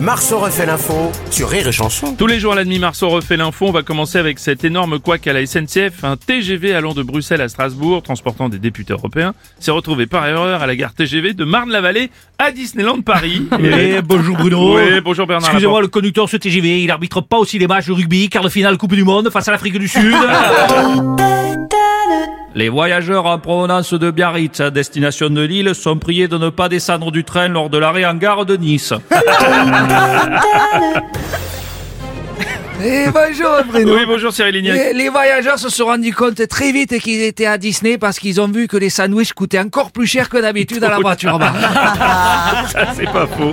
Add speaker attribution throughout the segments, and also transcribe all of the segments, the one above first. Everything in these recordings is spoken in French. Speaker 1: Marceau refait l'info sur Rire et Chanson.
Speaker 2: Tous les jours à la demi-mars, on refait l'info. On va commencer avec cette énorme couac à la SNCF. Un TGV allant de Bruxelles à Strasbourg, transportant des députés européens, s'est retrouvé par erreur à la gare TGV de Marne-la-Vallée à Disneyland Paris.
Speaker 3: Eh, bonjour Bruno.
Speaker 2: Oui, bonjour Bernard
Speaker 3: Excusez-moi,
Speaker 2: Laporte.
Speaker 3: le conducteur ce TGV, il arbitre pas aussi les matchs de rugby, quart de finale Coupe du Monde face à l'Afrique du Sud. Les voyageurs en provenance de Biarritz, à destination de Lille, sont priés de ne pas descendre du train lors de l'arrêt en gare de Nice.
Speaker 4: Et Eh, bonjour Bruno.
Speaker 2: Oui, bonjour Cyril Lignac.
Speaker 4: Les, les voyageurs se sont rendus compte très vite qu'ils étaient à Disney parce qu'ils ont vu que les sandwichs coûtaient encore plus cher que d'habitude à la voiture. bar.
Speaker 2: Ça, Ah, c'est pas faux.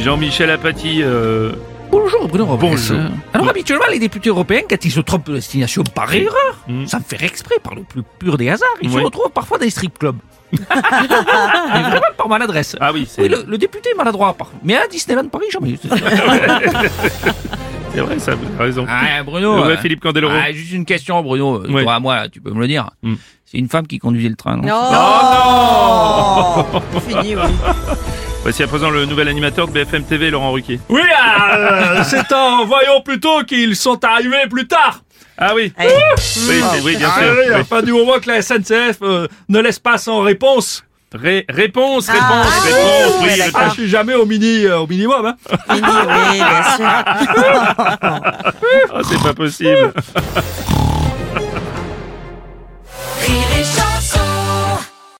Speaker 2: Jean-Michel Apathy, euh,
Speaker 3: Bonjour Bruno Robles.
Speaker 2: Bonjour.
Speaker 3: Alors habituellement les députés européens, quand ils se trompent de destination par erreur, sans faire exprès, par le plus pur des hasards, ils se
Speaker 2: Mm. Oui.
Speaker 3: retrouvent parfois dans les strip clubs. Mais vraiment par maladresse.
Speaker 2: Ah oui, c'est-
Speaker 3: oui le, le député est maladroit, par... mais à Disneyland Paris jamais.
Speaker 2: c'est vrai, ça vous avez raison.
Speaker 3: ah Bruno.
Speaker 2: Ouais,
Speaker 3: euh,
Speaker 2: Philippe Candeloro.
Speaker 3: ah, juste une question Bruno, euh,
Speaker 2: Ouais.
Speaker 3: toi à moi, tu peux me le dire.
Speaker 2: Mm.
Speaker 3: C'est une femme qui conduisait le train. non
Speaker 2: Voici à présent le nouvel animateur de BFM TV, Laurent Ruquier.
Speaker 3: Oui,
Speaker 2: ah,
Speaker 3: euh, c'est en voyant plutôt qu'ils sont arrivés plus tard.
Speaker 2: Ah oui. Oui, c'est- oui, bien sûr.
Speaker 3: Ah, oui,
Speaker 2: Oui.
Speaker 3: enfin, du moment que la SNCF euh, ne laisse pas sans réponse.
Speaker 2: Ré- réponse, réponse, réponse. Oui, le
Speaker 3: Ah,
Speaker 2: temps.
Speaker 3: je suis jamais au mini, euh, au minimum. Hein.
Speaker 2: Ah, c'est pas possible.